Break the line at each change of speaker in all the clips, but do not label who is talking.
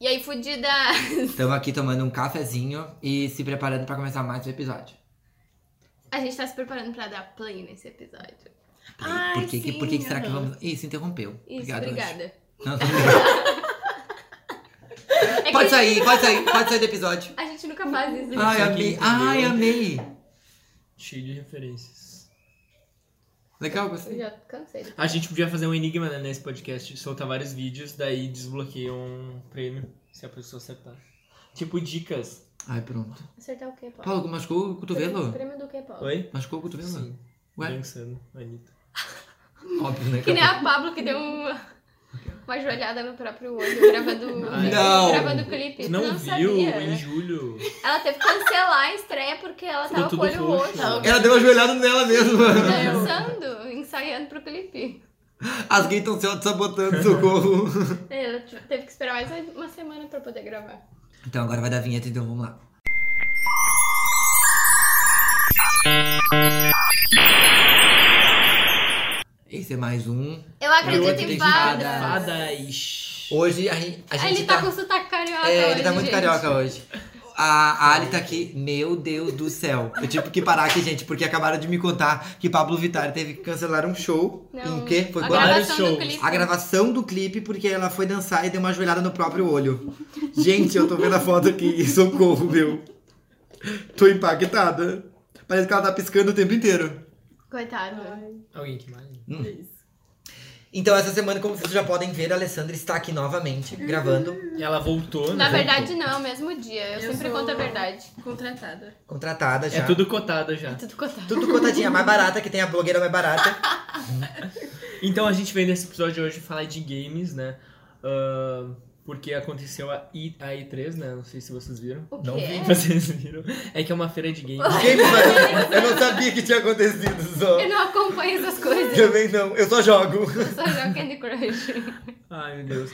E aí, fudida!
Estamos aqui tomando um cafezinho e se preparando para começar mais um episódio.
A gente tá se preparando pra dar play nesse episódio.
Por,
Ai,
por que, que-
sim,
por que, que será que
aham.
vamos. Isso, interrompeu.
Isso,
Anjo.
obrigada.
Não, tô brincando.
É que
pode
a, gente,
sair, pode sair, pode sair do episódio.
a gente nunca faz isso.
Ai,
aqui
amei.
entendeu.
Ai, amei.
Cheio de referências.
Legal,
Eu
gostei.
já cansei.
A gente podia fazer um enigma né, nesse podcast, soltar vários vídeos, daí desbloqueia um prêmio, se a pessoa acertar. Tipo dicas.
Ai, pronto.
Acertar o K-pop.
Paulo, machucou o cotovelo?
Prêmio do K-pop.
Oi?
Machucou o cotovelo?
Sim.
Ué?
Dançando, Anitta.
Óbvio, né?
Que nem a Pablo que deu uma, uma joelhada no próprio olho gravando,
Ai.
Não.
gravando o clipe.
Tu
Tu
não, viu
sabia,
em
né?
julho?
Ela teve que cancelar a estreia porque ela
Ficou
tava com o
tudo
olho
roxo.
roxo.
Não.
Ela deu uma joelhada nela mesma.
Dançando, ensaiando pro clipe.
As gays estão se auto-sabotando, socorro.
Ela t- teve É, que esperar mais uma semana pra poder gravar.
Então agora vai dar vinheta, então vamos lá. Esse é mais um.
Eu acredito
acredito
em
em
fadas.
fadas.
Fadas.
Hoje a, gen- a gente
Ele tá, com sotaque carioca
É,
hoje,
ele tá muito
gente.
carioca hoje. A, a Ali tá aqui, meu Deus do céu. Eu tive que parar aqui, gente, porque acabaram de me contar que Pablo Vittar teve que cancelar um show.
Não,
Em quê? Foi
a
quando?
grava-
gravação do
shows.
clipe.
A gravação do clipe, porque ela foi dançar e deu uma joelhada no próprio olho. Gente, eu tô vendo a foto aqui, socorro, meu. Tô impactada. Parece que ela tá piscando o tempo inteiro.
Coitado.
Alguém que mais?
Então, essa semana, como vocês já podem ver, a Alessandra está aqui novamente, gravando,
E Ela voltou, né?
Na verdade, não, é o mesmo dia. Eu,
Eu
sempre
sou-
conto a verdade.
Contratada.
contratada já.
É tudo cotado já.
Tudo contado.
Tudo contadinha, a mais barata, que tem a blogueira mais barata.
Então a gente veio nesse episódio de hoje falar de games, né? Ah, porque aconteceu a, I, a E3, né? Não sei se vocês viram.
O
Não
quê?
vi.
Vocês viram? É que é uma feira de games.
Quem me falou? Eu não sabia que tinha acontecido, só.
Eu não acompanho essas coisas.
Também não, eu só jogo.
Eu só jogo Candy Crush.
Ai, meu Deus.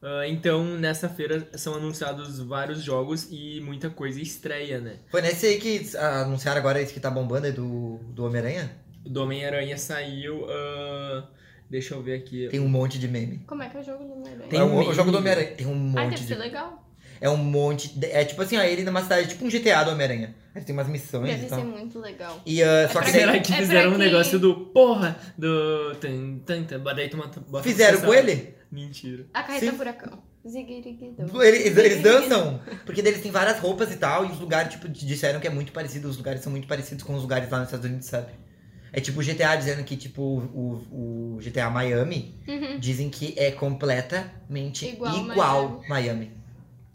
Ah, então, nessa feira são anunciados vários jogos e muita coisa estreia, né?
Foi nesse aí que ah, anunciaram agora esse que tá bombando, é do, do Homem-Aranha?
Do Homem-Aranha saiu. ah, deixa eu ver aqui.
Tem um monte de meme.
Como é que é o jogo do Homem-Aranha?
Tem
é
um
o, o jogo do
meme.
Homem-Aranha. Tem um
Ah,
monte
deve
de.
ser legal.
É um monte. de- é tipo assim, ó, ele numa cidade, tipo um GTA do Homem-Aranha. Aí tem umas missões
Deve
e tal.
ser muito legal.
E ah, só
pra
que
Será
daí,
caralho.
que
é pra
fizeram um
quem-
negócio do porra do. Tan, tan, tan, daí tu mata- bota
fizeram
essa-
com ele?
Mentira.
A carreta
Sim.
furacão. Ziguiriguidão.
Ele- Eles, eles dançam, porque daí eles têm várias roupas e tal, e os lugares, tipo, disseram que é muito parecido, os lugares são muito parecidos com os lugares lá nos Estados Unidos, sabe? É tipo o GTA dizendo que, tipo, o, o GTA Miami,
Uhum.
dizem que é completamente
Igual
igual, Miami.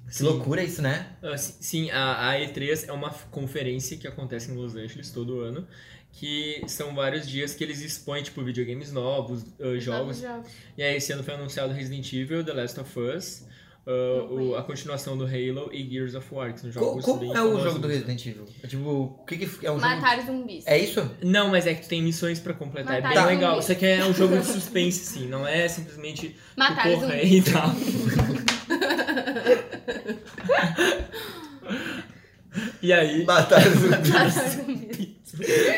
Que
Sim.
loucura isso, né?
Ah, si- sim, a, a E3 é uma f- conferência que acontece em Los Angeles todo ano, que são vários dias que eles expõem, tipo, videogames novos, ah, jogos.
jogos.
E aí, esse ano foi anunciado Resident Evil, The Last of Us, ah, o- a continuação do Halo e Gears of War, que são
Co-
jogos né? bem
como é o
famosos.
jogo do Resident Evil? É tipo, o que, que é um jogo.
Matar zumbis.
É isso?
Não, mas é que tu tem missões pra completar, é
Matar
bem
zumbis.
legal. Isso aqui é um jogo de suspense, sim, não é simplesmente
é
tu
Matar
corra
zumbis.
aí e tal. e aí,
Matar os
Matar zumbis.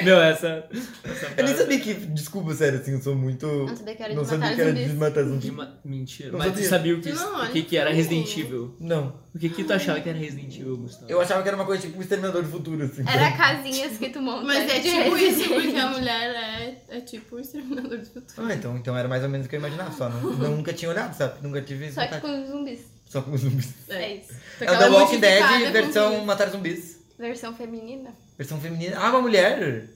meu, essa... essa
Eu nem
frase-
sabia que. Desculpa, sério, assim, eu sou muito.
Não sabia que era de
Não sabia
matar
que era
zumbis.
de matar
De
zumbis.
ma- Mentira.
Não
Mas tu
sabia.
sabia o que,
Não,
o que,
olha,
que era
não.
Resident Evil?
Não.
O que, que tu achava que era Resident Evil, Gustavo?
Eu achava que era uma coisa tipo o Exterminador do Futuro, assim.
Era casinhas que tu monta.
Mas é
de
tipo isso,
residência.
porque a mulher é, é tipo o exterminador do futuro.
Ah, então, então era mais ou menos o que eu imaginava, só não, não- nunca tinha olhado, sabe? Nunca tive
é
Só que
tipo
vontade.
com zumbis.
Só com zumbis.
É isso.
Só que
É o
ela
The Walking Dead
modificada
versão
com-
matar zumbis.
Versão feminina.
Versão feminina. Ah, uma mulher!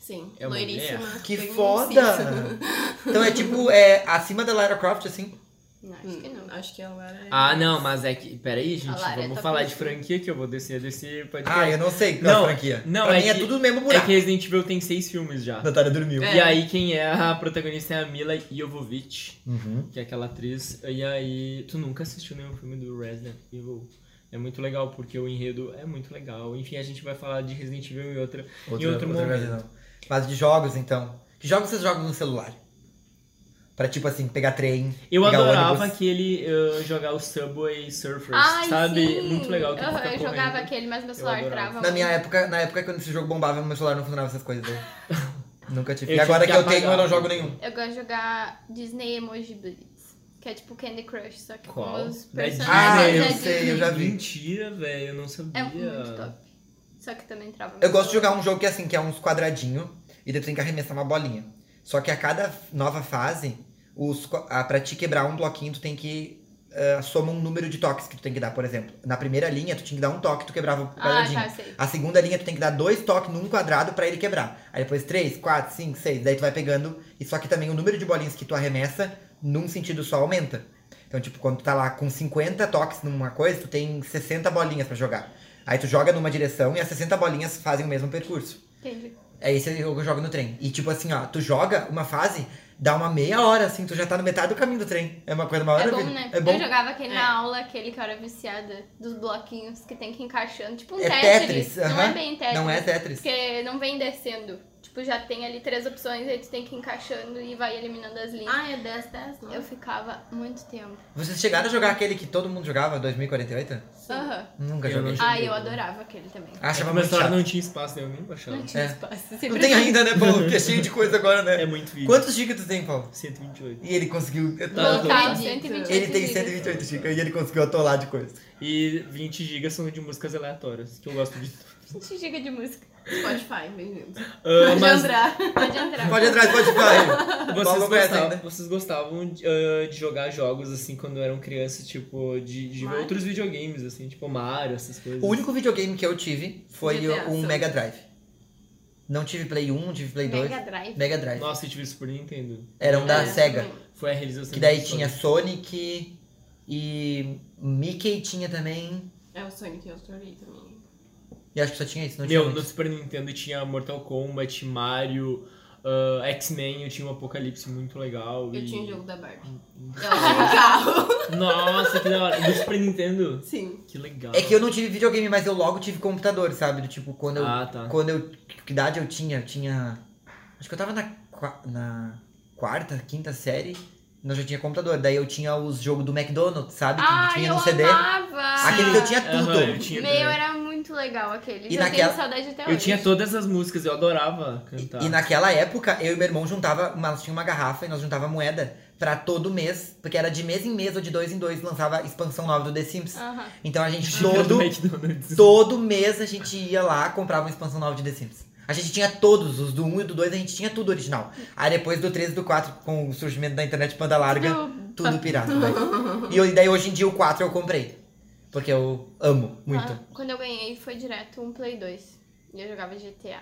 Sim,
É uma
loiríssima.
Que
tem um
foda!
cisto.
Então é tipo, é acima da Lara Croft, assim.
Não, acho que
Hum,
não.
Acho que ela era.
Ah, não, mas é que. Peraí, gente,
A Lara
vamos
tá
falar
pensando.
de franquia que eu vou descer desse podcast.
Ah, eu não sei qual
É. Não,
é a franquia.
não,
pra
é
mim é
que-
tudo no mesmo
É
buraco.
que Resident Evil tem seis filmes já.
Natália dormiu.
É.
E aí, quem é a protagonista é a Mila Jovovich,
Uhum.
que é aquela atriz. E aí, tu nunca assistiu nenhum filme do Resident Evil? É muito legal, porque o enredo é muito legal. Enfim, a gente vai falar de Resident Evil em outra.
Outra,
Em
outra
outro momento.
vez, não. Mas de jogos, então. Que jogos vocês jogam no celular? Pra, tipo assim, pegar trem,
Eu
pegar
adorava
ônibus.
aquele uh, jogar o Subway Surfers,
Ai,
sabe?
sim.
Muito legal. Tu
Aham,
fica
eu
correndo.
jogava aquele, mas meu celular
adorava.
trava.
Na minha
muito.
época, na época quando esse jogo bombava, meu celular não funcionava essas coisas. aí. Nunca tive.
Eu
e agora
tive
que,
que
eu tenho, eu
apagar.
não jogo nenhum.
Eu gosto de jogar Disney Emoji Blitz. Que é tipo Candy Crush, só que
Qual?
com os
Da Disney,
personagens
Ah, eu
da
sei,
Disney.
eu já vi.
Mentira, velho, eu não sabia.
É muito top. Só que também trava
Eu gosto de jogar um jogo que é assim, que é uns quadradinhos e daí tu tem que arremessar uma bolinha. Só que a cada nova fase, os, qua- ah, pra te quebrar um bloquinho, tu tem que ah, soma um número de toques que tu tem que dar, por exemplo. Na primeira linha, tu tinha que dar um toque, tu quebrava o
Ah,
quadradinho.
tá, sei.
A segunda linha, tu tem que dar dois toques num quadrado pra ele quebrar. Aí depois três, quatro, cinco, seis. Daí tu vai pegando. E só que também o número de bolinhas que tu arremessa num sentido só aumenta. Então, tipo, quando tu tá lá com 50 toques numa coisa, tu tem 60 bolinhas pra jogar. Aí tu joga numa direção e as 60 bolinhas fazem o mesmo percurso.
Entendi.
É esse jogo que eu jogo no trem. E tipo assim, ó, tu joga uma fase, dá uma meia hora, assim, tu já tá no metade do caminho do trem. É uma coisa
É
maravilhosa.
bom, né?
É bom.
Eu jogava aquele
É.
na aula, aquele que eu era viciada, dos bloquinhos que tem que ir encaixando. Tipo um
É Tetris,
Tetris. Não
aham.
é bem Tetris.
Não é Tetris.
Porque não vem descendo. Tipo, já tem ali três opções, aí tu tem que ir encaixando e vai eliminando as linhas.
Ah, é 10, 10, não?
Eu ficava muito tempo.
Vocês chegaram a jogar aquele que todo mundo jogava, 2048?
Aham.
Nunca
Eu não
joguei.
joguei.
Ah, eu adorava aquele também.
Achava
Achava
muito chato.
não tinha espaço, né? eu nem baixava.
Não tinha
É.
espaço.
Não
sempre
tem
tive.
ainda, né, Paulo? Porque é cheio de coisa agora, né?
É muito vídeo.
Quantos gigas tu tem, Paulo?
128.
E ele conseguiu.
Ah,
Voltava,
tá.
128
Ele tem
gigas.
128 gigas e ele conseguiu atolar de coisa.
E 20 GB são de músicas aleatórias, que eu gosto de.
20 gigas de música.
Spotify, bem-vindo.
Ah,
Pode
mas
entrar.
Pode entrar.
Pode entrar, pode falar.
vocês
Paulo conhece
gostavam,
ainda.
vocês gostavam de, ah, de jogar jogos assim quando eram crianças, tipo, de, de ver
Mario.
outros videogames, assim, tipo Mario, essas coisas.
O único videogame que eu tive foi
GTA,
um
sim.
Mega Drive. Não tive Play 1, não tive Play 2.
Mega Drive.
Mega Drive.
Nossa, eu tive Super Nintendo.
Era um da
É,
SEGA.
sim.
Foi a realização
Que daí
dessa
tinha
história.
Sonic e Mickey tinha também.
É o Sonic, eu chorei também.
E acho que só tinha isso, não tinha.
Meu,
muito.
no Super Nintendo tinha Mortal Kombat, Mario, ah, X-Men, eu tinha um Apocalipse muito legal.
Eu
e-
tinha o jogo da Barbie.
Hum,
Ela tinha um carro.
Nossa, que da hora. Do Super Nintendo.
Sim.
Que legal.
É que eu não tive videogame, mas eu logo tive computador, sabe? Do tipo, quando eu
Ah, tá.
Quando eu. Que idade eu tinha? Eu tinha. Acho que eu tava na, qua- na quarta, quinta série. Não, já tinha computador. Daí eu tinha os jogos do McDonald's, sabe? Que
Ah,
tinha
eu
no CD.
amava!
Aquele eu tinha
Aham,
tudo.
eu tinha
Meu,
também.
era muito legal aquele.
E
eu
naquela-
tenho saudade até hoje.
Eu tinha todas as músicas, eu adorava
E-
cantar.
E naquela época, eu e meu irmão juntava, uma- tinha uma garrafa e nós juntava moeda pra todo mês, porque era de mês em mês ou de dois em dois lançava a expansão nova do The Sims.
Aham.
Então a gente
Tinha do
todo
McDonald's.
todo mês a gente ia lá, comprava uma expansão nova de The Sims. A gente tinha todos, os do 1 e do 2, a gente tinha tudo original. Aí depois do 3 e do 4, com o surgimento da internet banda larga,
Tudo-
tudo pirata. né? E eu- daí hoje em dia o 4 eu comprei. Porque eu amo muito.
Ah, quando eu ganhei foi direto um Play 2. E eu jogava GTA.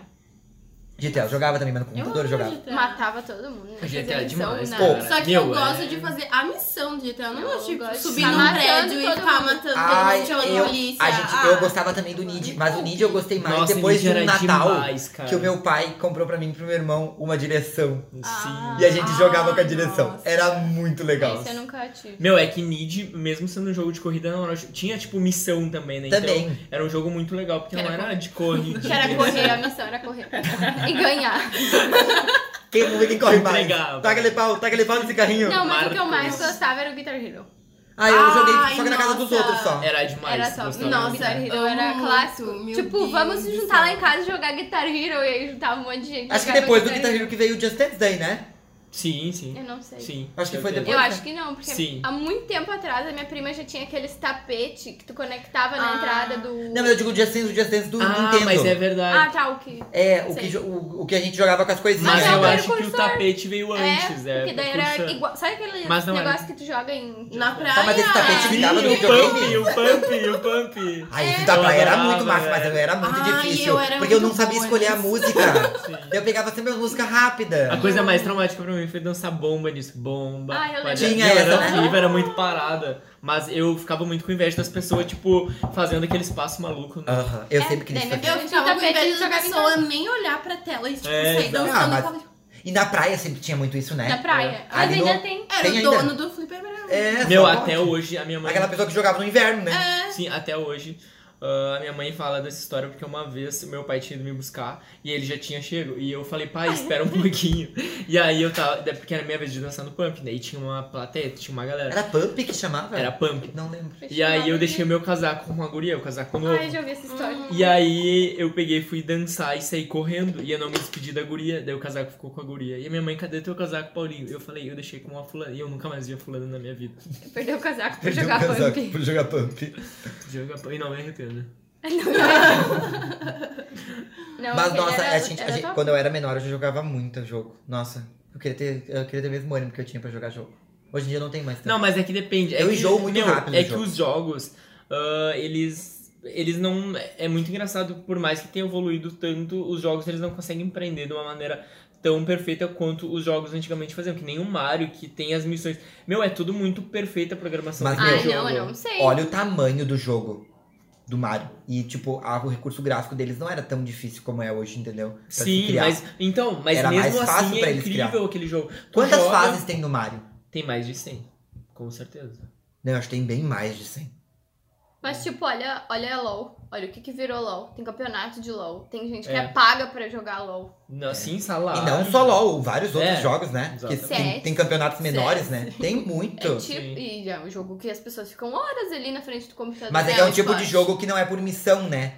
GTA, eu jogava também, mas no
Eu
computador eu
amo
jogava.
GTA.
Matava todo mundo. né?
GTA
Fazia missão,
é demais,
nada.
pô.
Só que
Meu,
eu gosto
é-
de fazer a missão do GTA. Eu não
Eu
gosto de tipo,
gosto de
subir
ficar
num
matando
prédio e
todo
ficar
mundo.
matando todo
Ai,
mundo, chamando
eu,
polícia.
a gente, eu
Ah,
gostava também do Nid, mas o Nid eu gostei mais
Nossa,
depois de
Ninja
um
era
Natal
demais, cara.
que o meu pai comprou pra mim e pro meu irmão uma direção.
Sim.
Ah.
E a gente
Ah,
jogava com a direção.
nossa.
Era muito legal.
Esse eu nunca tive.
Meu, é que Need, mesmo sendo um jogo de corrida, não era- tinha tipo missão também, né?
Também.
Então era um jogo muito legal, porque
Que
não
era
era de corrida.
Que era correr, a missão era correr. e ganhar.
Quem, é vamos ver quem corre mais?
Entregava.
Taca-lhe pau, taca-lhe pau nesse carrinho.
Não, mas o que eu mais
Marcos.
gostava era o Guitar Hero.
Ah, eu joguei
Ai,
só que na casa dos
nossa.
outros só.
Era demais.
Era só-
gostava
Nossa,
muito.
Guitar
eu
Hero
amo
era
muito,
clássico.
meu
tipo,
Deus
vamos
do
se juntar lá
céu.
em casa e jogar Guitar Hero. E aí juntava um monte de gente.
Acho que
jogava
depois do Guitar Hero que veio o Just Dance Day, né?
Sim, sim.
Eu não sei.
Sim.
Acho que foi
certeza.
Eu
Pois
acho
é.
que não, porque
Sim.
há muito tempo atrás a minha prima já tinha aqueles tapete que tu conectava na
Ah.
entrada do.
Não, mas eu digo o Just Dance, o Just Dance do
Ah,
Nintendo.
mas é
Ah,
verdade.
tá, o que.
É, o
Sim.
que, jo- o, o que a gente jogava com as coisinhas. né?
mas
é
eu
o
acho que o
precursor.
tapete veio antes, é.
porque daí era
precursor.
igual. Sabe aquele
Mas não
negócio
era.
que tu joga em.
Na praia.
Tá, mas esse tapete
Sim,
ligava no
o
videogame.
pump, o pump, o pump.
Ai, esse
É.
da praia era
Eu
muito
adorava,
massa, mas
velho.
era muito
Ai,
difícil.
eu era
porque eu não
muito
sabia
boa
escolher a
nisso.
música.
Sim.
Eu pegava sempre as músicas
A
rápidas.
coisa mais traumática pra mim foi dançar bomba nisso. Bomba.
Ah, eu
quadra-
lembro.
Tinha
Meu, era
essa, né?
horrível, era muito parada. Mas eu ficava muito com inveja das pessoas, tipo, fazendo aquele espaço maluco. né?
Aham, eu
É,
sempre queria isso
daí
aqui.
minha-
Eu ficava com
Tapete
inveja da
jogava em
pessoa
casa.
nem olhar pra tela e, tipo,
É,
sair
exato.
dançando.
Ah,
e
mas-
tava-
E na praia sempre tinha muito isso, né?
Na praia.
É.
Mas
Ali
ainda
no-
tem.
Era
Tem
o
ainda.
dono do fliperama.
É,
Meu,
só
até
pode.
hoje a minha mãe.
Aquela pessoa que jogava no inverno, né?
É.
Sim, até hoje. ah, a minha mãe fala dessa história porque uma vez meu pai tinha ido me buscar e ele já tinha chego. E eu falei, pai, espera um pouquinho. E aí eu tava. é Porque era minha vez de dançar no pump, né? E tinha uma plateia, tinha uma galera.
Era Pump que chamava?
Era pump.
Não lembro.
E aí eu deixei meu casaco com uma guria, o casaco novo.
Ai, já ouvi essa história.
Uhum.
E aí eu peguei, fui dançar e saí correndo. E eu não me despedi da guria. Daí o casaco ficou com a guria. E a minha mãe, cadê teu casaco, Paulinho? Eu falei, eu deixei com uma fulana. E eu nunca mais vi a fulana na minha vida.
Perdeu o casaco pra jogar pump.
Por jogar Pump.
Joga E não me arrependo. né?
Não,
Mas
aquele
nossa,
É
é,
era-
a gente, a
era
gente-
top.
quando eu era menor, eu já jogava muito jogo. Nossa, eu queria ter, eu queria ter o mesmo ânimo que eu tinha pra jogar jogo. Hoje em dia eu não tenho mais tanto.
Não, mas é que depende. É
Tá. Eu
que,
enjoo muito
meu,
rápido
É
no
que
jogo.
os jogos, ah, eles. Eles não. É muito engraçado, por mais que tenha evoluído tanto, os jogos eles não conseguem empreender de uma maneira tão perfeita quanto os jogos antigamente faziam. Que nem o Mario, que tem as missões. Meu, é tudo muito perfeita a programação
Mas,
daquele
Ai,
jogo.
Ah, não, eu não sei.
Olha o tamanho do jogo do Mario. E, tipo, a- o recurso gráfico deles não era tão difícil como é hoje, entendeu? Pra se
Sim,
criar.
mas então, mas
Era
mesmo
mais fácil
assim
pra
é
eles
incrível
criar.
aquele jogo. Tu
Quantas
joga-
fases tem no Mario?
Tem mais de 100, com certeza.
Não, eu acho que tem bem mais de 100.
Mas, tipo, olha, olha a LOL. Olha o que que virou LOL. Tem campeonato de LOL. Tem gente que
É.
é paga pra jogar LOL.
Não, Sim, salário.
É. E não só LOL, vários outros
É,
jogos, né? Que
exatamente.
tem,
Sete.
tem campeonatos menores, né? Tem
É
muito.
tipo, e é um jogo que as pessoas ficam horas ali na frente do computador.
Mas é
É,
que é um
mas
tipo de
pode.
jogo que não é por missão, né?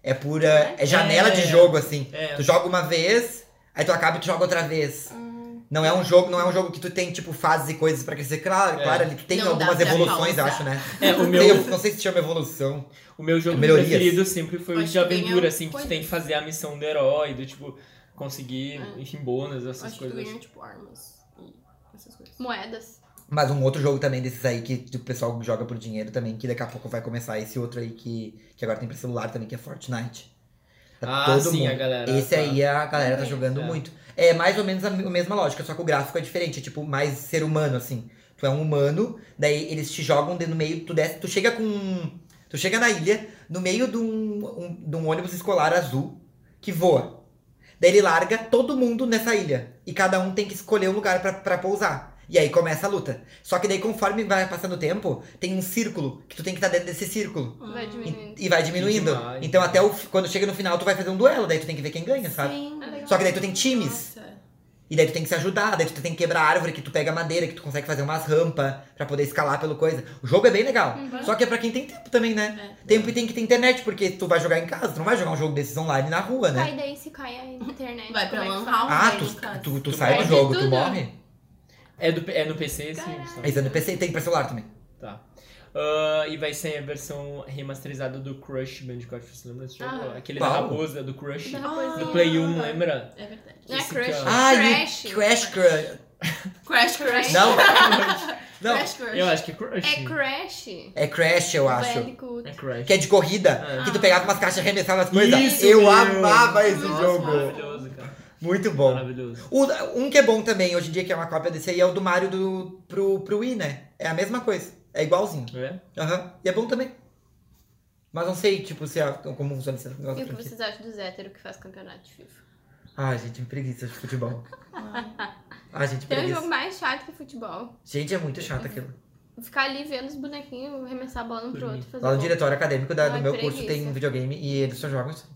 É por. uh, É janela
É.
de jogo, assim.
É.
Tu joga uma vez, aí tu acaba e tu joga outra vez.
Hum.
Não é um jogo, não é um jogo que tu tem, tipo, fases e coisas pra crescer. Claro,
É.
claro, ele tem
Não dá
algumas
pra
evoluções, eu
pausar.
acho, né?
É, o
Tem,
meu-
eu não sei se chama evolução.
O meu jogo
Melhorias.
preferido sempre foi o
Acho
de
que ganha
aventura, assim, que tu
coisas.
tem que fazer a missão do herói, do tipo, conseguir,
É.
enfim, bônus, essas
Acho que tu
coisas.
ganha, tipo, armas e essas coisas.
Moedas.
Mas um outro jogo também desses aí que o pessoal joga por dinheiro também, que daqui a pouco vai começar esse outro aí que, que agora tem pra celular também, que é Fortnite. Tá
Ah, sim, a galera
Esse
tá-
aí a galera tá
Uhum.
jogando
É.
muito. É mais ou menos a me- a mesma lógica, só que o gráfico é diferente, é tipo mais ser humano, assim. Tu é um humano, daí eles te jogam de- no meio, tu, desce, tu chega com. Tu chega na ilha, no meio de um, um- de um ônibus escolar azul que voa. Daí ele larga todo mundo nessa ilha. E cada um tem que escolher um lugar pra- pra pousar. E aí começa a luta. Só que daí, conforme vai passando o tempo, tem um círculo que tu tem que estar dentro desse círculo.
Hum.
Vai diminuindo.
E vai diminuindo.
demais.
Então até o, fi- quando chega no final, tu vai fazer um duelo, daí tu tem que ver quem ganha, sabe?
Sim.
Tá.
é
Só que daí tu tem times.
Nossa.
E daí tu tem que se ajudar, daí tu tem que quebrar a árvore, que tu pega madeira, que tu consegue fazer umas rampas pra poder escalar pelo coisa. O jogo é bem legal. Só que é pra quem tem tempo também, né? Tempo e tem que ter internet, porque tu vai jogar em casa, tu não vai jogar um jogo desses online na rua, né?
Cai daí se cai a internet.
Vai pra
como é que
Lan
faz?
House.
Ah,
vai
tu,
em casa.
tu, tu
Tu
sai do
perde
jogo, tu
tudo.
morre.
É, do, é no PC, sim. só.
Esse é no PC, tem pra celular também.
Tá. Ah, e vai sair a versão remasterizada do Crush Bandicoot, você lembra desse jogo?
Ah.
Aquele da
Qual?
raposa, do Crush.
Da raposinha.
Do
um
Play 1, lembra?
É verdade.
Não é
Esse
crush.
cara.
Ah,
crash.
e Crash Crush.
Crash, crash.
Não, não.
Crash, crash.
Eu acho que é Crush.
É Crash.
É Crash, eu acho.
Bandicoot.
É Crush.
Que é de corrida,
Ah.
que tu pegava umas caixas e arremessava as coisas.
Isso,
eu
meu.
amava esse
Nossa,
jogo.
Maravilhoso, cara.
Muito é bom.
Maravilhoso.
O- um que é bom também, hoje em dia, que é uma cópia desse aí, é o do Mario do, pro, pro Wii, né? É a mesma coisa. É igualzinho.
É?
Aham. E é bom também. Mas não sei, tipo, se a, como funciona esse
E
negócio
o que
aqui.
vocês acham dos héteros que faz campeonato de FIFA?
Ah, gente, me preguiça de futebol. Ah, gente,
Tem um
preguiça.
jogo mais chato que futebol.
Gente, é muito chato aquilo.
Ficar ali vendo os bonequinhos arremessar a bola um pro outro. Fazer
Lá no
gol.
diretório acadêmico da- do
Ai,
meu
preguiça.
curso tem um videogame e eles só jogam isso.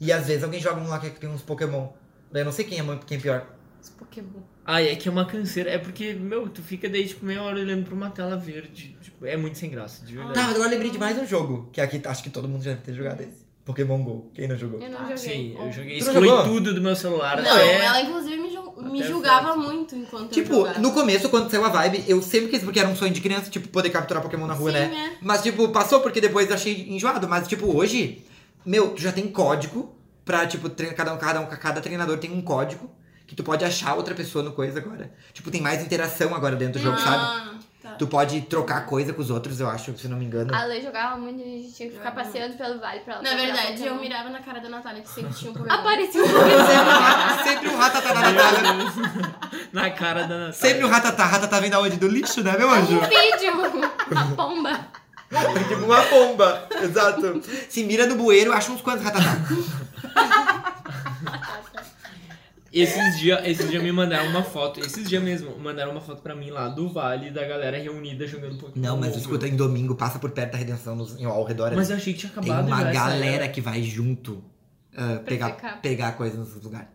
E às vezes alguém joga um lá que tem uns Pokémon. Daí eu não sei quem é mãe- quem é pior.
Os Pokémon.
Ah, é que é uma canseira. É porque, meu, tu fica daí, tipo, meia hora olhando pra uma tela verde. Tipo, é muito sem graça, de verdade.
Tá, mas agora eu lembrei de mais um jogo. Que aqui acho que todo mundo já deve ter jogado esse. Pokémon GO. Quem não jogou?
Eu não joguei.
Ah,
Sim, eu joguei.
Tu não
Excluí
jogou?
tudo do meu celular.
Não,
até-
ela inclusive me, ju- me
Até
julgava muito enquanto eu
é. Tipo,
jogava.
no começo, quando saiu a vibe, eu sempre quis, porque era um sonho de criança, tipo, poder capturar Pokémon na rua,
Sim,
né? Mas, tipo, passou porque depois eu achei enjoado. Mas, tipo, hoje, meu, tu já tem código pra, tipo, tre- cada, um, cada, um, cada treinador tem um código que tu pode achar outra pessoa no coisa agora. Tipo, tem mais interação agora dentro do jogo, sabe?
Ah, tá.
Tu pode trocar coisa com os outros, eu acho, se não me engano.
A Lei jogava muito, a gente tinha que ficar passeando pelo vale pra lá.
Na
pra pegar
verdade, eu
Pokémon.
mirava na cara da Natália que sempre tinha um problema.
Apareceu um Pokémon.
Sempre um rato- Sempre um ratatá na Natália.
Na cara da Natália.
Sempre um ratatá. Ratatá vem da onde? Do lixo, né, meu anjo?
Um vídeo. Uma pomba.
Tipo uma bomba. Exato. tá. Se mira no bueiro, acha uns quantos ratatá.
Esses dias esse dia me mandaram uma foto, esses dias mesmo, mandaram uma foto pra mim lá do vale, da galera reunida jogando Pokémon.
Não, mas
Go,
escuta,
meu.
em domingo passa por perto da redenção nos- em- ao redor. ali.
Mas eu achei que tinha
Tem
acabado
uma
já essa
galera
era.
que vai junto ah, pegar,
secar.
pegar coisa nos lugares.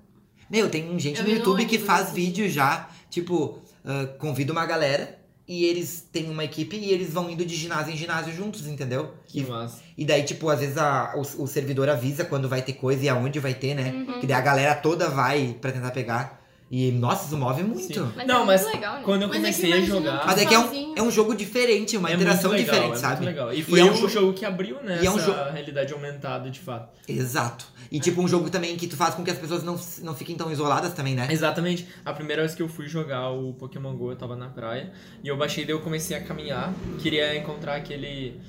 Meu, tem um gente
Eu
no
vi no
YouTube que
ônibus,
faz
assim.
vídeo já, tipo, ah, convida uma galera e eles têm uma equipe e eles vão indo de ginásio em ginásio juntos, entendeu?
Que
E,
massa.
e daí, tipo, às vezes a- o, o servidor avisa quando vai ter coisa e aonde vai ter, né? Que daí a galera toda vai pra tentar pegar. E, nossa, isso move muito.
Sim.
Mas é muito
não, mas
legal, né?
quando eu
Mas é que
comecei a
imagina
jogar.
Mas é que é um,
Sozinho.
é um jogo diferente, uma
é muito
interação
legal, é
diferente,
muito
sabe?
legal. E
E
foi
é um
o
jo-
jogo que abriu, né?
E é um
essa
jo-
realidade aumentada, de fato.
Exato. E tipo, um jogo também que tu faz com que as pessoas não, s- não fiquem tão isoladas também, né?
Exatamente. A primeira vez que eu fui jogar o Pokémon GO, eu tava na praia. E eu baixei, daí eu comecei a caminhar. Queria encontrar aquele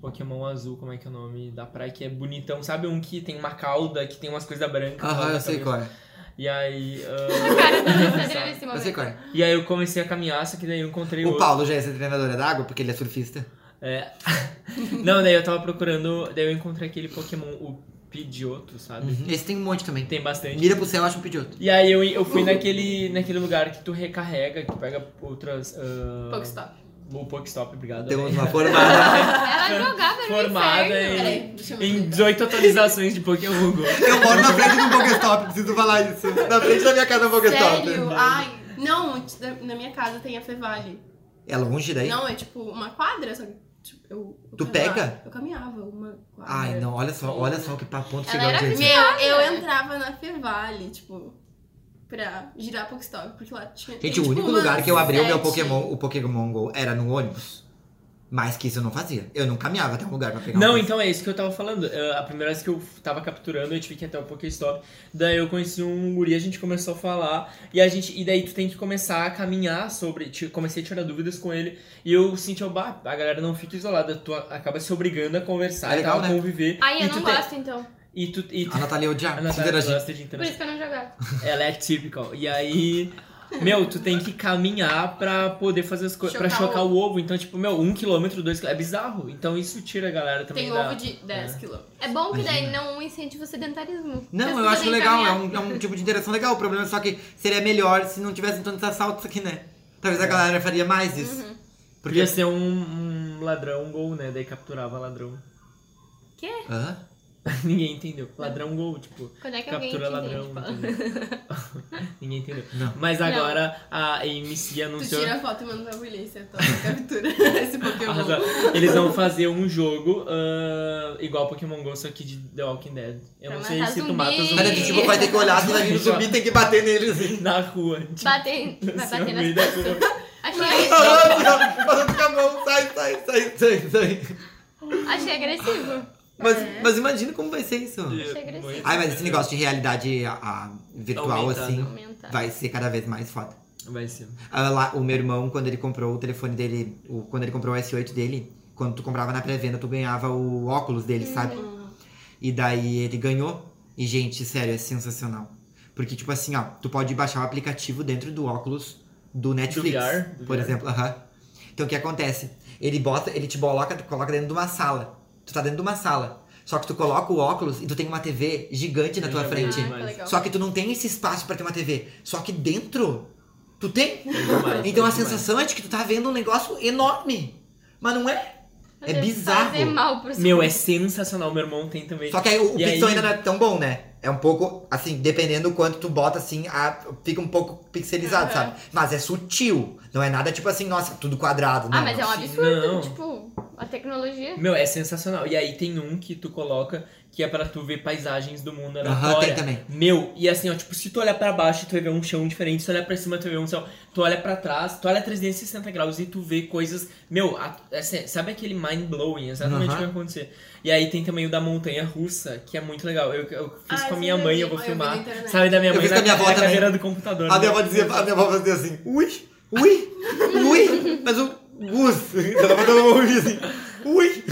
Pokémon azul, como é que é o nome da praia, que é bonitão. Sabe um que tem uma cauda, que tem umas coisas brancas?
Aham,
lá na
eu sei
cabeça?
qual é.
E aí...
A cara tá do
ah,
Alessandro
sabe?
nesse
Eu sei
momento.
qual é.
e aí eu comecei a caminhar, só que daí eu encontrei
O
outro.
Paulo já é essa treinadora d'água, porque ele é surfista.
É. Não, daí eu tava procurando... Daí eu encontrei aquele Pokémon, o Pidgeotto, sabe?
Esse tem um monte também.
Uhum. Tem bastante.
Mira pro céu, acha um pedioto.
E aí eu, eu fui naquele, naquele lugar que tu recarrega, que tu pega outras... ah,
Pokestop.
O Pokestop, obrigado.
Temos
né?
uma formada.
Ela jogava no
Formada
inferno.
em,
Peraí, deixa
um-
eu
em
ver.
18 atualizações de Pokémon Go.
Eu moro na frente de um Pokestop, preciso falar isso. Na frente da minha casa é um Pokestop.
Sério? Ai, não, t- da- na minha casa tem a Fevale.
É longe daí?
Não, é tipo uma quadra, só que tipo, eu, eu
Tu
caminhava-
pega?
Eu caminhava uma quadra.
Ai, não, olha só, olha só que pra ponto
Ela
chegou,
era
gente.
Meu, eu entrava na Fevale, tipo, pra girar Pokestop, porque lá tinha.
Gente,
tem,
o
tipo,
único
umas
lugar que eu abri o meu
sete.
Pokémon, o Pokémon GO, era no ônibus. Mas que isso eu não fazia. Eu não caminhava até um lugar pra pegar um
Não,
Pokémon.
então é isso que eu tava falando. Eh, a primeira vez que eu tava capturando, eu tive que ir até o Pokéstop. Daí eu conheci um guri, a gente começou a falar. E a gente. E daí tu tem que começar a caminhar sobre. ti- Comecei a tirar dúvidas com ele. E eu senti, ó, bah, a galera não fica isolada. Tu a- acaba se obrigando a conversar
É
e tal,
legal,
a
né? Ah,
conviver.
Ai, eu
e tu
não
tem-
gosto, então.
E tu. E tu
A Natália
a
odiava.
Natália
interagir.
gosta de
Por
interagir.
isso que eu não jogava.
Ela é típica. E aí. Meu, tu tem que caminhar pra poder fazer as coisas. Pra
Chocar
chocar o ovo. Então, tipo, meu, um quilômetro, dois quilômetros. É bizarro. Então isso tira a galera também.
Tem
da...
ovo de 10 quilos.
É bom que daí não incentiva o sedentarismo.
Não,
Vocês
eu acho
podem
legal, é
caminhar.
um, é um tipo de interação legal. O problema é só que seria melhor se não tivessem tantos assaltos aqui, né? Talvez a galera faria mais isso. Porque.
Podia É. ser um, um ladrão gol, né? Daí capturava ladrão.
Hã?
Ninguém entendeu. Ladrão gol, tipo.
um
Quando é que alguém
Captura
te
ladrão.
entende?
entendeu? Ninguém entendeu.
Não.
Mas agora a MC
Tu
anunciou.
tira a foto e manda pra polícia, tá? Captura esse
Arrasou.
Pokémon.
Eles vão fazer um jogo ah, igual Pokémon GO, só que de The Walking Dead. Eu
Pra
não sei
matar
se tu
zumbi.
mata zumbi.
Mas a gente tipo, vai ter que olhar se vai vir subir, tem que bater neles. assim.
na rua. Tipo,
Bater, vai bater
assim, no
nas
meio da
costas.
rua.
Achei,
Falando com a mão, sai, sai, sai, sai, sai.
achei agressivo.
Mas, mas imagina como vai ser isso.
Achei agressivo.
Ai, mas esse negócio de realidade a- a virtual,
Aumentar,
assim,
Aumentar.
vai ser cada vez mais foda.
Vai ser.
Ah, lá, o meu irmão, quando ele comprou o telefone dele, o- quando ele comprou o S8 dele, quando tu comprava na pré-venda, tu ganhava o óculos
Uhum.
dele, sabe? E daí ele ganhou. E, gente, sério, é sensacional. Porque, tipo assim, ó, tu pode baixar o aplicativo dentro do óculos do Netflix.
VR, do
por
VR.
exemplo. Aham. Então o que acontece? Ele bota, ele te coloca, coloca dentro de uma sala. Tu tá dentro de uma sala. Só que tu coloca o óculos e tu tem uma TV gigante na
Eu
tua
já vi
frente.
isso,
Ah,
mas-
que legal.
Só que tu não tem esse espaço pra ter uma TV. Só que dentro, tu tem.
É demais, é
Então a
demais.
sensação é de que tu tá vendo um negócio enorme. Mas não é.
Mas
É
deve
bizarro.
Fazer mal pro
Meu, é sensacional. Meu irmão tem também.
Só que aí o
E
pixel
aí-
ainda não é tão bom, né? É um pouco, assim, dependendo do quanto tu bota, assim, a- fica um pouco pixelizado,
Aham.
sabe? Mas é sutil. Não é nada tipo assim, nossa, tudo quadrado. Não,
Ah, mas é um
não.
absurdo.
Não.
Tipo, a tecnologia.
Meu, é sensacional. E aí tem um que tu coloca que é pra tu ver paisagens do mundo
Aham,
aleatória.
tem também.
Meu, e assim, ó, tipo, se tu olhar pra baixo, tu vai ver um chão diferente, se tu olhar pra cima, tu vai ver um céu. Tu olha pra trás, tu olha 360 graus e tu vê coisas. Meu, a- assim, sabe aquele mind blowing? Exatamente o que
Aham.
vai acontecer. E aí tem também o da montanha russa, que é muito legal. Eu, eu fiz
Ah,
com a
esse
minha
eu
mãe,
vi.
eu vou
Eu vi
filmar.
na internet.
sabe da minha
Eu
mãe
fiz com a minha
na,
avó
na
também.
cadeira do computador.
A
né?
minha avó dizia, a minha avó fazia assim, ui, ui, ui, mas o gus. Ela botava uma ui assim, ui.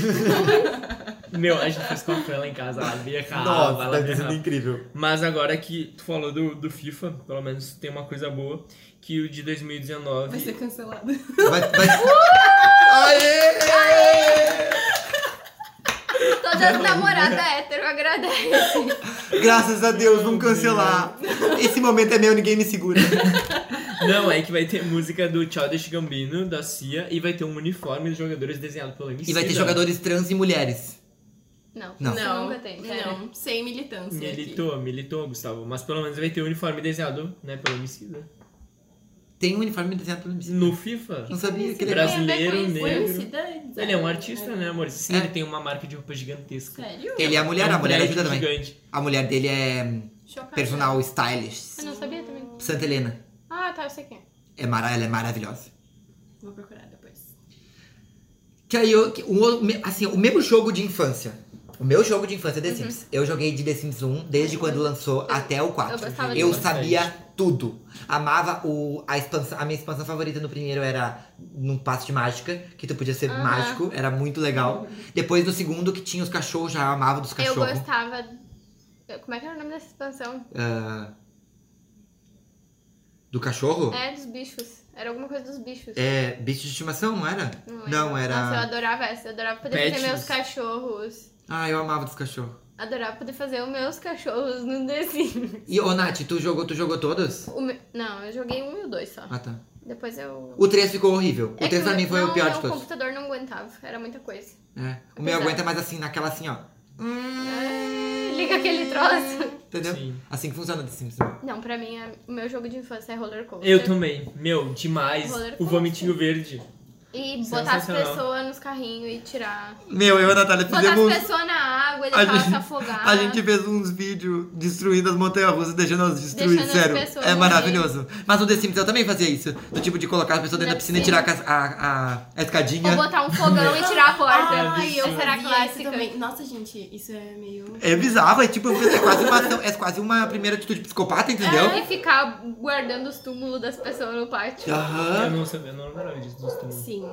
Meu, a gente fez com a Fran lá em casa, ela berrava,
Nossa,
ela
deve ter
berrava.
sido incrível.
Mas agora que tu falou do, do FIFA, pelo menos tem uma coisa boa, que o de 2019.
Vai ser cancelado.
Vai, vai... Aê!
Todas Nossas namoradas é hétero agradecem.
Graças a Deus, vamos cancelar. Esse momento é meu, ninguém me segura.
Não, é que vai ter música do Childish Gambino, da Cia, e vai ter um uniforme dos jogadores desenhado pelo né? MC.
E vai ter jogadores trans e mulheres.
Não,
Não.
isso nunca tem. sério.
Não, sem militância. aqui.
Militou, militou, Gustavo. Mas pelo menos vai ter um uniforme desenhado, né, pelo MC, né?
Tem um uniforme desenhado pelo MC.
No FIFA.
Não sabia que é
Tem a ver com
legal.
Brasil. Brasileiro,
isso.
negro.
Foi um cidadão.
Ele é um artista, né, amor? Sim,
É.
ele tem uma marca de roupa gigantesca.
Sério?
Ele é a mulher,
É um
a mulher
prédio
ajuda também.
gigante.
A mulher dele é
Chocada.
personal stylist.
Eu não sabia também.
Santa Helena.
Ah, tá, eu sei quem. é.
É mara... Ela é maravilhosa.
Vou procurar depois.
Que aí eu. que o outro- me- assim, o meu jogo de infância. O meu jogo de infância é The Sims. Eu joguei de The Sims 1 desde quando lançou até o 4.
eu gostava de
Eu
bastante.
sabia tudo. Amava o, a expansão. A minha expansão favorita no primeiro era num passo de mágica, que tu podia ser
Aham.
mágico, era muito legal. Depois no segundo, que tinha os cachorros, já amava dos
Eu
cachorros.
gostava. Como é que era o nome dessa expansão?
Do cachorro?
É dos bichos. Era alguma coisa dos bichos.
É. bicho de estimação, não era?
lembro.
Não, era.
Nossa, eu adorava essa. Eu adorava poder
Pets.
fazer meus cachorros.
Ah, eu amava dos cachorros.
Adorava poder fazer os meus cachorros no desenho.
E, ô Nath, tu jogou, tu jogou todos?
O meu- Não, eu joguei um e o dois só.
Ah, tá.
Depois eu.
O 3 ficou horrível. O
É que
3 pra
meu-
mim foi
não,
o pior
meu
de todos.
computador não aguentava, era muita coisa.
É. O meu
Exato.
aguenta mais assim, naquela assim, ó.
Liga aquele troço.
Entendeu?
Sim.
Assim que funciona The Sims. né?
Não, pra mim, é- o meu jogo de infância é roller coaster.
Eu também. Meu, demais.
Roller
O vomitinho verde.
E botar as
Sensacional.
pessoas nos carrinhos e tirar.
Meu, eu e a Natália
Botar
fizemos.
as pessoas na água,
A
deixar elas se
gente-
afogar.
A gente fez uns vídeos destruindo as montanhas russas, deixando elas destruir,
Deixando as
sério.
pessoas
é
morrer.
maravilhoso. Mas no The Sims eu também fazia isso. Do tipo de colocar as pessoas dentro
Na
da piscina e tirar a, ca- a, a- a
Ou
escadinha.
botar um fogão e tirar a porta.
é
Ai, eu
Essa era a
fazia isso
clássica.
também. Nossa, gente, isso é meio.
É bizarro, é tipo, é quase uma, ação- é quase uma primeira atitude psicopata, entendeu?
E ficar guardando os túmulos das pessoas no pátio.
Aham.
Eu não sabia, eu não lembrava disso dos túmulos.
Sim.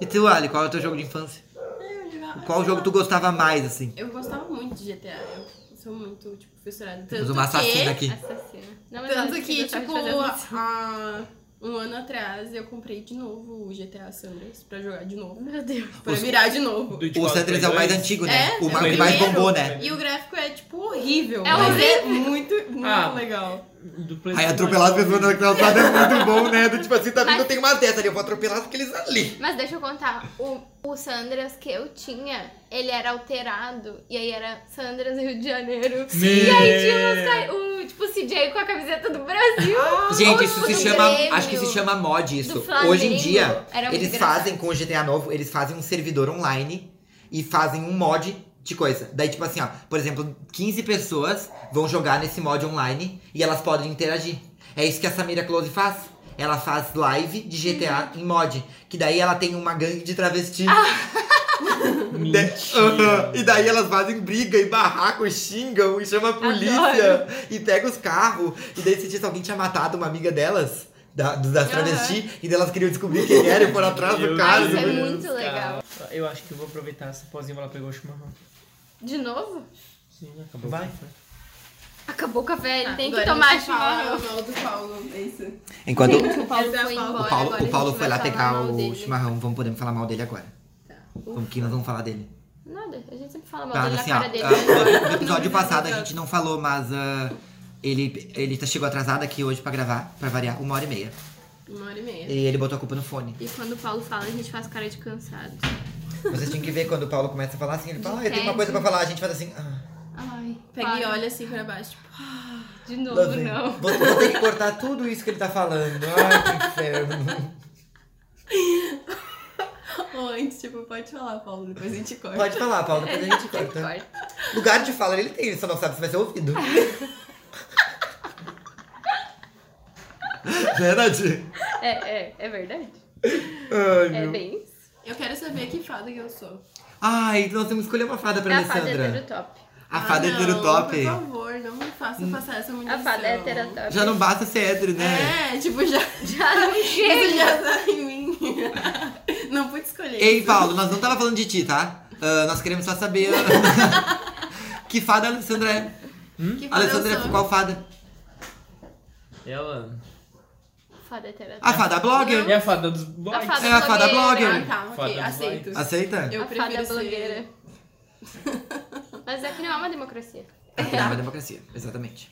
E tu, Ali, qual é o teu jogo de infância?
Eu jogava-
Qual jogo tu gostava mais, assim?
Eu gostava muito de GTA. Eu sou muito, tipo, fissurada.
Temos
Tanto
uma assassina
que,
aqui.
Assassina. Não, mas
Tanto
eu
que,
gostava de
tipo,
fazer essas-
há um ano atrás eu comprei de novo o GTA Sanders pra jogar de novo. Meu Deus. Pra
Os-
virar de novo.
Do de
O
quatro
Sanders é
pra
o mais
dois.
antigo, né?
É,
o
é
ma-
o
que mais
primeiro.
bombou, né?
E o gráfico é, tipo, horrível.
É
mas é muito, muito
Ah.
legal.
Do é PlayStation.
Aí atropelar as pessoas na calçada é muito bom, né? Do tipo assim, tá vendo?
Mas-
Eu tenho uma dessa ali, eu vou atropelar aqueles ali.
Mas deixa eu contar, o, o Sandras que eu tinha, ele era alterado, e aí era Sandras Rio de Janeiro.
Meu.
E aí tinha o, o tipo o CJ com a camiseta do Brasil.
Ah, Gente,
Ou
isso
do
se chama.
Grêmio.
Acho que se chama mod
Do
isso.
Flamengo.
Hoje em dia,
Era muito
eles
engraçado.
fazem com o GTA novo, eles fazem um servidor online e fazem um mod de coisa. Daí, tipo assim, ó, por exemplo, 15 pessoas vão jogar nesse mod online e elas podem interagir. É isso que a Samira Close faz. Ela faz live de GTA
Uhum.
em mod. Que daí ela tem uma gangue de travestis. De- Né? Aham.
Mentira.
E daí elas fazem briga e barraco, xingam e chama a polícia
Adoro.
e pega os carros. E daí se alguém tinha matado uma amiga delas, da, do- das
Aham.
travestis, e daí elas queriam descobrir quem era e foram atrás do
Meu
cara.
Ai, isso é
Tipo,
muito
cara.
legal.
Eu acho que eu vou aproveitar essa pausinha pra ela pegar o chimarrão.
De novo?
Sim, acabou.
Vai.
Acabou o café, ele tem que
Tá, Agora
tomar
você fala
chimarrão.
mal do Paulo, é isso.
Enquanto
O Paulo foi embora. agora
o Paulo, o Paulo
a gente
foi lá
vai falar
pegar
mal
o
dele. Tá.
chimarrão, vamos podemos falar mal dele agora. Como que nós vamos falar dele?
Nada, a gente sempre fala mal
Tá,
dele
assim,
na
ó,
cara dele.
ah,
né?
no episódio passado a gente não falou, mas ah, ele, ele tá- chegou atrasado aqui hoje pra gravar, pra variar, uma hora e meia.
Uma hora e meia.
E ele botou a culpa no fone.
E quando o Paulo fala, a gente faz cara de cansado.
Vocês tinham que ver quando o Paulo começa a falar assim, ele fala, ah, eu tenho uma
tédio.
coisa pra falar, a gente faz assim. Ah,
Ai,
Pega e
para.
olha assim pra baixo, tipo,
De novo,
lá vem.
não.
Vou, vou ter que cortar tudo isso que ele tá falando. Ai, que inferno.
ou antes, tipo, pode falar, Paulo, depois a gente corta.
Pode falar, Paulo, depois a gente corta.
Corta.
Lugar de fala ele tem, ele só não sabe se vai ser ouvido. Verdade.
É, é, é verdade.
Ai,
É
meu.
bem isso.
Eu quero saber que fada que eu sou.
Ai, então nós temos que escolher uma fada pra
É a fada
Alessandra.
heterotop.
A fada é
ah, não,
heterotop.
Por favor, não me faça passar essa munição.
A fada é heterotop.
Já não basta ser hétero, né?
É, tipo, já,
Já não chega.
isso já tá em mim. Não pude escolher.
Ei, Paulo, nós não tava falando de ti, tá? Ah, nós queremos só saber que fada a Alessandra é.
Que fada
Alessandra,
eu sou?
qual fada?
Ela
Fada heterotop.
A fada blogger?
é a fada dos boys.
A fada
É a fada
blogueira.
blogger.
Ah, tá, ok,
Fada
aceito.
Aceita?
A
Eu
fada é
prefiro ser...
blogueira. Mas é que não é uma democracia.
É uma democracia, exatamente.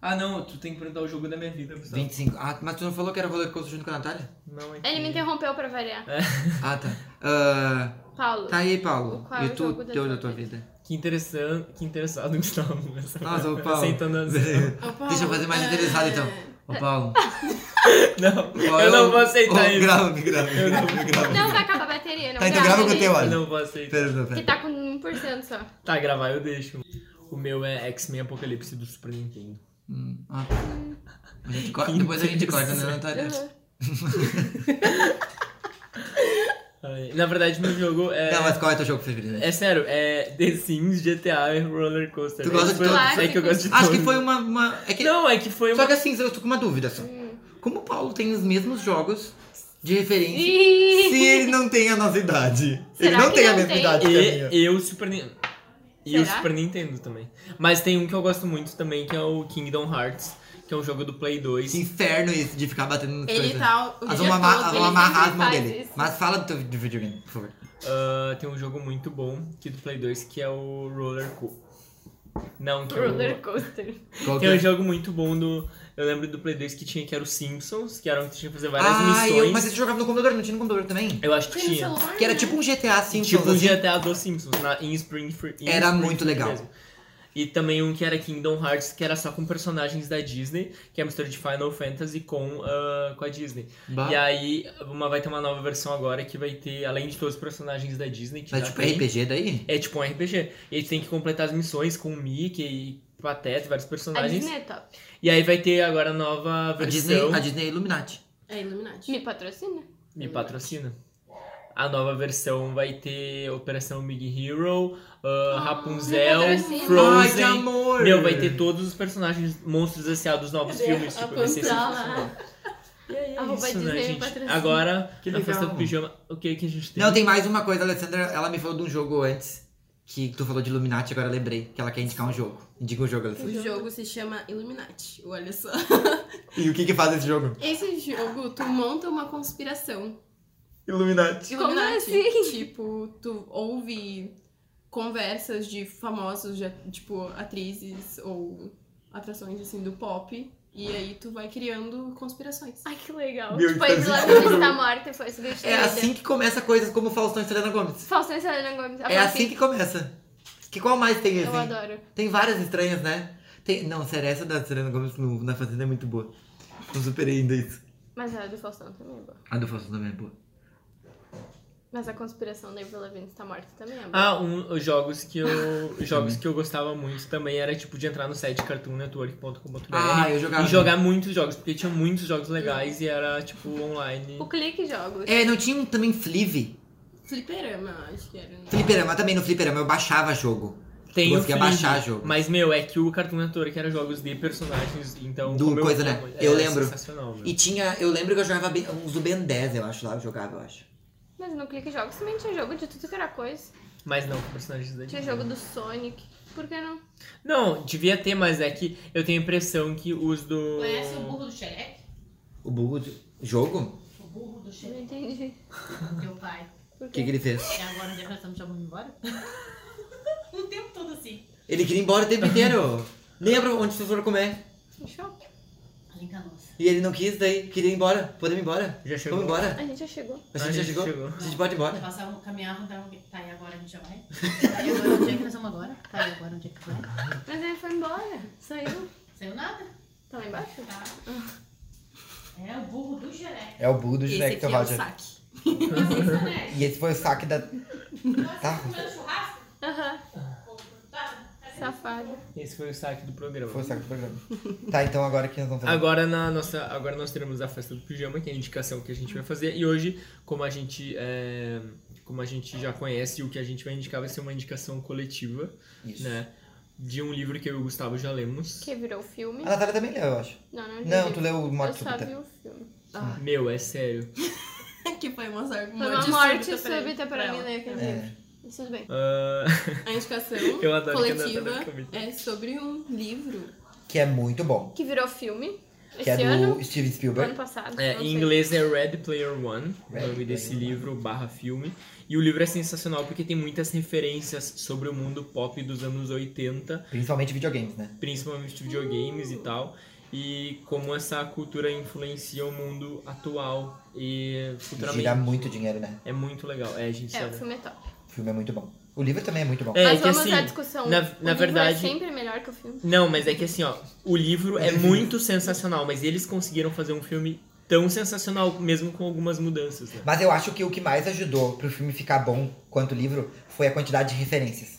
Ah, não, tu tem que perguntar o jogo da minha vida, pessoal.
25. Ah, mas tu não falou que era roller coaster junto com a Natália?
Não, é que-
Ele me interrompeu pra variar.
Ah, tá. Ah,
Paulo.
tá aí, Paulo.
Qual é o
e tu,
jogo da
teu da
tua
tua vida?
Que interessante, que interessado Gustavo.
Nossa, ô Paulo.
Aceitando as... Não,
Ô, Paulo,
Deixa eu fazer mais
é,
interessado então. Ô Paulo. qual é
eu não
o-
vou aceitar
Ô,
isso.
Grava, me grava. me
Eu não-
grava, me grava.
Não, vai acabar a bateria. Não
Tá, então
grava
grava com o
ele,
teu,
Eu
olha.
não vou aceitar.
Pera, pera,
Que
pera.
tá com 1% só.
Tá, gravar eu deixo. O meu é X-Men Apocalipse do Super Nintendo.
Hum, ah. A gente corta- Depois a gente corta, né, Natália?
Uhum.
Ai, Na verdade, meu jogo é...
Não, mas qual é o teu jogo preferido?
É sério, é The Sims, GTA e Roller Coaster.
Tu gosta de
Esse foi-
todos?
É que eu gosto de
Acho que
todos.
foi uma. uma- é que-
Não, é que foi uma...
Só que assim, eu tô com uma dúvida só.
Hum.
Como o Paulo tem os mesmos jogos de referência
Ih,
se ele não tem a nossa idade? ele
Será
não
que
tem a
não
mesma
tem?
idade que a minha.
E, e o Super Nintendo. E o
Será?
Super Nintendo também. Mas tem um que eu gosto muito também, que é o Kingdom Hearts, que é um jogo do Play 2.
Esse inferno isso de ficar batendo nas
Ele
coisas.
tá o
Nós
dia
vamos amar-
todo,
nós
ele
vamos amarrar
sempre
as mãos
faz
dele.
isso.
Mas fala do teu vi- do videogame, por favor.
Ah, tem um jogo muito bom que do Play 2, que é o Roller Co. Não, que é o-
Roller coaster.
Qual que
Tem
é?
um jogo muito bom do. Eu lembro do Play 2 que tinha que era os Simpsons, que era onde tinha que fazer várias
Ah,
missões.
eu,
Eu,
mas você jogava no computador, não tinha no computador também?
acho que
Tem no
tinha.
celular,
Que era
né?
tipo um GTA assim,
Tipo um
assim.
GTA dos Simpsons, na, em Springfield. em
Era
Springfield
muito legal.
mesmo. E também um que era Kingdom Hearts, que era só com personagens da Disney, que é a mistura de Final Fantasy com, ah, com a Disney.
Bah.
E aí uma, vai ter uma nova versão agora que vai ter, além de todos os personagens da Disney, que
Mas
já
tipo
tem,
RPG daí?
é tipo um RPG. E aí tu tem que completar as missões com o Mickey, Pateta, vários
A
personagens.
Disney é top.
E aí vai ter agora a nova
A
versão.
Disney, a Disney é Illuminati.
É Illuminati.
Me patrocina.
Me patrocina. A nova versão vai ter Operação Big Hero, uh, Rapunzel,
me patrocina.
Ai, que
Frozen.
amor!
Meu, vai ter todos os personagens monstros SA dos novos
Cadê
filmes.
a
Tipo, vai ser
Rapunzel?
sensacional. E aí é
Arroba
isso, né,
Disney me
gente?
patrocina.
Agora,
Que
na festa
legal.
do pijama, o que, que a gente tem?
Não, tem mais uma coisa, Alessandra. Ela me falou de um jogo antes. Que tu falou de Illuminati, agora eu lembrei. Que ela quer indicar um jogo. Indica um jogo,
O
Alessandra.
jogo se chama Illuminati, olha só.
E o que que faz esse jogo?
Esse jogo, tu monta uma conspiração.
Illuminati.
Como
Illuminati.
assim?
Tipo, tu ouve conversas de famosos, de, tipo, atrizes ou atrações, assim, do pop. E aí tu vai criando conspirações. Ah,
Ai, que legal.
Meu,
tipo,
tá
a Isolada
vendo?
está morta e foi substituída.
É assim que começa coisas como Faustão e Selena Gomes.
Faustão e Selena Gomes.
É assim que começa. Que qual mais tem
Tá Eu
assim?
adoro.
Tem várias estranhas, né? Tem... Não, sério, essa da Selena Gomes no- na Fazenda é muito boa. Não superei ainda isso.
Mas a do Faustão também é boa.
A do Faustão também é boa.
Mas a conspiração da Avril Lavigne está morta também é boa.
Ah, um, os jogos que eu jogos que eu gostava muito também era tipo de entrar no site cartoonnetwork.com.br
Ah, eu jogava.
e jogar muitos jogos, porque tinha muitos jogos legais e era tipo online.
O Clique Jogos.
É, não tinha um também Flive?
Fliperama, acho que era. né?
Fliperama também, no Fliperama eu baixava jogo.
Tem
Eu
o
conseguia
Flip,
baixar jogo.
Mas, meu, é que o Cartoon Network era jogos de personagens, então...
Do
como
coisa, né? Eu
era
lembro.
sensacional, meu.
E tinha, eu lembro que eu jogava bem- uns do Ben 10, eu acho, lá eu jogava, eu acho.
Mas no Clique Jogos também tinha jogo de tudo que era coisa.
Mas não, com personagens da
Tinha
Uhum.
Disney.
jogo do Sonic. Por que não?
Não, devia ter, mas é que eu tenho a impressão que os do...
Conhece o burro do xereque?
O burro de... Jogo?
O burro do
Não
xereque,
entendi.
teu pai.
Por
O que,
quê?
que ele fez?
E agora a depressão te chamou embora? o tempo todo assim.
Ele queria ir embora o tempo inteiro. Lembra onde vocês foram comer?
No shopping.
Além da nossa.
E ele não quis, daí queria ir embora. Podemos ir embora?
Já chegou.
Vamos embora.
A gente já chegou.
A gente já chegou? A gente pode ir
Eu
embora.
passava, caminhava, andava. Tá, e agora a gente já vai? Tá, e agora onde é que nós vamos agora? Tá, e agora onde é que vai?
Mas ele foi embora. Saiu.
Saiu nada,
Tá lá embaixo?
tá? É o burro do xereque.
É o burro do
Esse aqui é o saque.
E esse foi o saque da... Tá.
Comendo churrasco?
Aham.
Tá.
Safado.
Esse foi o saque do programa.
Foi o saque do programa. Tá, então agora que nós vamos fazer?
Agora, na nossa, agora nós teremos a festa do pijama, que é a indicação que a gente vai fazer. E hoje, como a gente, é, como a gente já conhece, o que a gente vai indicar vai ser uma indicação coletiva,
Isso.
né? De um livro que eu e o Gustavo já lemos.
Que virou filme.
A Natália também leu, eu acho.
Não, não li o
Ah, Não, tu
livro.
leu o
Eu
Morte
só vi
Súbita.
o filme.
Ah,
Meu, é sério.
que foi uma sorte.
Foi uma morte súbita pra mim né? ler aquele
É.
livro. Mas tudo bem.
Ah,
A indicação
Eu adoro que a
coletiva
Natália comenta.
é sobre um livro
Que é muito bom.
Que virou filme.
que é
Esse
do
ano?
Steven Spielberg.
Ano passado.
É,
não
em
sei.
inglês é Red Player One,
Red
o nome desse
Player One.
livro barra filme. E o livro é sensacional porque tem muitas referências sobre o mundo pop dos anos 80
Principalmente videogames, né?
principalmente videogames
Uh.
e tal, e como essa cultura influencia o mundo atual e
E
futuramente.
gira muito dinheiro, né?
É muito legal, é, gente,
É, o
sério.
filme é top.
O filme é muito bom. O livro também é muito bom.
É,
Mas
que
vamos
assim,
à discussão.
na-
O
na
livro
verdade-
É sempre melhor que o filme.
Não, mas é que assim, ó, o livro é
Mas-
muito sensacional, mas eles conseguiram fazer um filme tão sensacional, mesmo com algumas mudanças, né?
Mas eu acho que o que mais ajudou pro filme ficar bom quanto livro foi a quantidade de referências.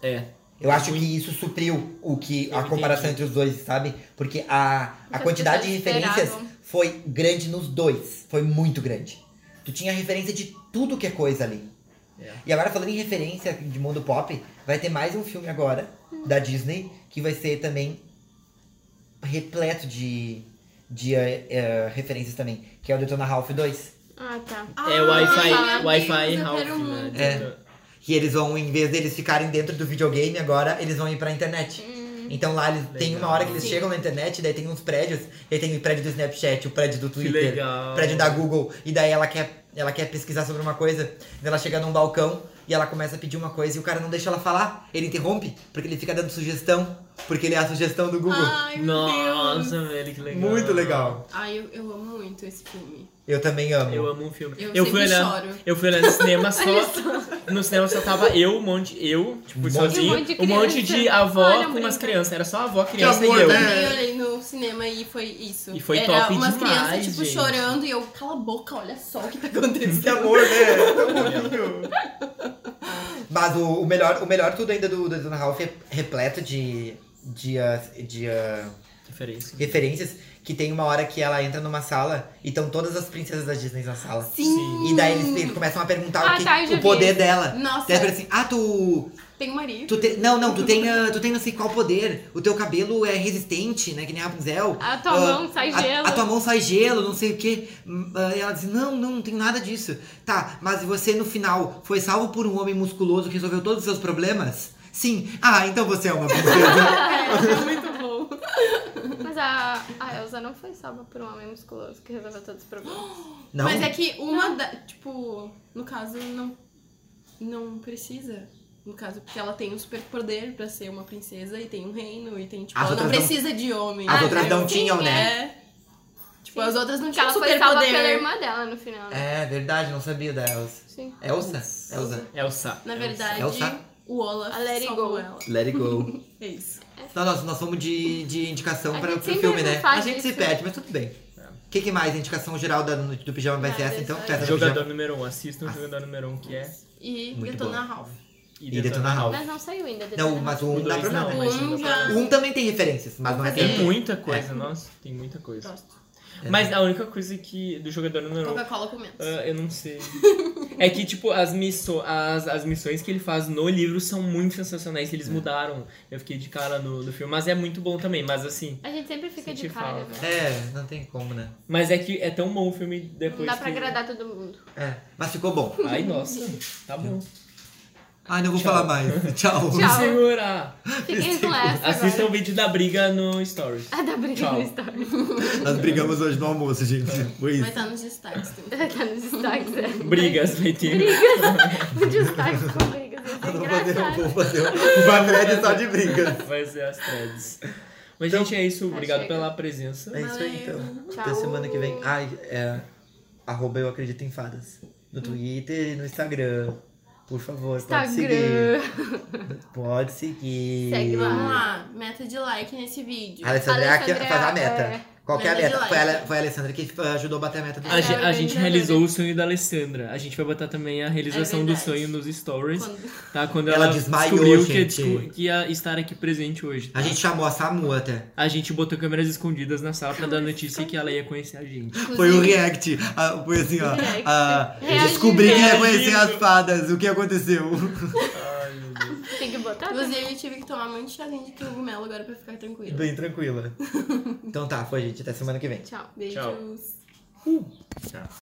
É.
Eu acho que isso supriu o que a
Eu
comparação entre
entendi.
os dois, sabe? Porque
Porque
a, a
as
quantidade de
pessoas
referências
esperavam.
foi grande nos dois. Foi muito grande. Tu tinha referência de tudo que é coisa ali.
É.
E agora falando em referência de mundo pop, vai ter mais um filme agora da Disney que vai ser também repleto de, de eh, eh, referências também, que é o Detona Ralph 2.
Ah, tá.
É
Ai,
Wi-Fi,
meu
Wi-Fi
Deus, eu
Ralph,
quero um. muito.
É,
né?
Que eles vão, em vez deles ficarem dentro do videogame agora, eles vão ir pra internet. Então lá eles tem uma
Legal.
hora que eles
Sim.
chegam na internet, daí tem uns prédios, e aí tem o prédio do Snapchat, o prédio do
Que
Twitter,
legal.
o prédio da Google, e daí ela quer, ela quer pesquisar sobre uma coisa, daí ela chega num balcão e ela começa a pedir uma coisa e o cara não deixa ela falar, ele interrompe, porque ele fica dando sugestão, porque ele é a sugestão do Google.
Ai, meu Deus.
Nossa, velho, que Ah, legal.
Muito legal.
Ai, eu, eu amo muito esse filme.
Eu também amo.
Eu amo um filme.
Eu
fui
sempre
olhar,
choro.
eu fui olhar no cinema só. no cinema só tava eu, um monte, eu, tipo,
monte-
sozinho,
Um monte de
um monte
criança.
de avó
Olha,
com umas
brinca.
crianças. Era só avó, criança
amor,
e eu.
né?
Também olhei no cinema e foi isso.
E foi
Era
top
umas
demais,
crianças, tipo,
gente.
chorando e eu, cala a boca, olha só o que tá
Que
acontecendo.
amor, né? Mas o, o melhor, o melhor tudo ainda do, do Dona Ralph é repleto de, de, ah, de ah,
Referência.
referências que tem uma hora que ela entra numa sala e estão todas as princesas da Disney na sala.
Sim.
E daí eles, eles começam a perguntar
Ah,
o, que-
tá, eu já
o
vi
poder
esse.
dela.
Nossa,
Daí ela fala assim, ah, tu.
tem um marido.
tu te- não, não, tu tem, ah, tu tem não sei qual poder. O teu cabelo é resistente, né? Que nem a Rapunzel.
A tua
Ah,
mão tá sai
a-
gelo.
A, tua mão sai gelo, não sei o quê. Hum, ah, Ela diz, não, não, não tem nada disso. Tá, mas você no final foi salvo por um homem musculoso que resolveu todos os seus problemas? Sim. Ah, então você é uma princesa.
É, muito bom.
Mas a, a Elsa não foi salva por um homem musculoso que resolveu todos os problemas.
Não,
Mas é que uma da. Tipo, no caso, não. Não precisa. No caso, porque ela tem um superpoder pra ser uma princesa e tem um reino e tem, tipo,
As
ela não
outras não-
precisa de homem.
as
Ah,
outras
sim,
não tinham,
é.
né?
É. Tipo,
Sim.
as outras não
Porque
tinham
ela foi salva
superpoder.
pela irmã dela no final, né?
É verdade, não sabia da Elsa. É
Sim.
Elsa? Elsa.
Elsa.
Na
Elsa.
verdade,
Elsa.
o Olaf
A Let It
salvou
Go.
ela.
Let it go.
É isso.
Não, nós, nós fomos de, de indicação
A
para
gente
pro
sempre
filme, né? A
faz
gente se
isso.
perde, mas tudo bem. O que, que mais? A indicação geral da, do pijama vai ser
Nada,
essa, então?
só
Festa do
Jogador
Pijama.
número 1. Um. Assistam o jogador número 1, um, que é.
E
Muito
Detona
bom.
Ralph.
E Detona Ralph.
Mas não saiu ainda.
Não,
Detona
mas o
O
um dá
dois
pra
não,
não.
mas o
Um
Detona
já-
Ralph.
O um também tem referências, mas não é É.
Tem
tanto.
Tem muita coisa, nossa, tem muita coisa.
Gosto.
Mas a única coisa que. do jogador número 1
Coca-Cola com menos.
Ah, eu não sei. é que, tipo, as, misso as, as missões que ele faz no livro são muito sensacionais.
É.
Eles mudaram. Eu fiquei de cara no, no filme. Mas é muito bom também. Mas assim.
A gente sempre fica de
Senti
cara.
falta.
né?
É, não tem como, né?
Mas é que é tão bom o filme depois.
Não dá pra
que-
agradar todo mundo.
É, mas ficou bom.
Ai, nossa. Tá bom.
Ai, não vou
Tchau.
falar mais. Tchau.
Tchau.
Segurar.
Fiquem com essa
Assistam o
agora.
vídeo da briga no Stories.
Ah, da briga
Tchau.
no Story.
Nós brigamos hoje no almoço, gente. Foi
Vai
isso.
estar nos destaques então. também.
tá nos destaques. né?
Brigas, vai ter.
O destaque com brigas. vai ser
Eu não vou fazer, eu
assim, é engraçado.
vou fazer uma thread só de brigas.
Vai ser as threads. Mas,
Então-
gente, é isso. Obrigado
chega.
pela presença.
É isso aí, então.
Tchau.
Até semana que vem. Ai, é. Arroba Eu Acredito em Fadas. No Twitter e no Instagram. Por favor,
Instagram.
pode seguir. Pode seguir.
Segue
Vamos
lá.
lá, meta de like nesse vídeo.
A Alessandra é a que
Alessandra,
faz a meta.
é.
Qual que é a
Meta de
meta? Foi a,
like.
Ale- foi a Alessandra que eh, ajudou a bater a meta do
Ela
A,
é
ge- a gente
organizadora.
realizou o sonho da Alessandra. A gente vai botar também a
É
realização do
verdade.
sonho nos stories.
Quando-
Tá? Quando
Ela
ela,
desmaiou,
descobriu que ia,
gente.
desco- que ia estar aqui presente hoje.
A gente chamou a Samu até.
A gente botou câmeras escondidas na sala pra dar notícia que ela ia conhecer a gente.
Foi o
Inclusive,
react. ah, foi assim, ó.
React.
ah,
Reagindo.
descobri que ia conhecer
Reagindo.
as fadas. O que aconteceu?
Ai, meu Deus.
Tem que botar. tá?
Inclusive, eu tive que tomar muito chazinho de cogumelo agora pra ficar tranquila.
Bem tranquila. Então tá, foi, gente. Até semana que vem.
Tchau.
Beijos.
Tchau.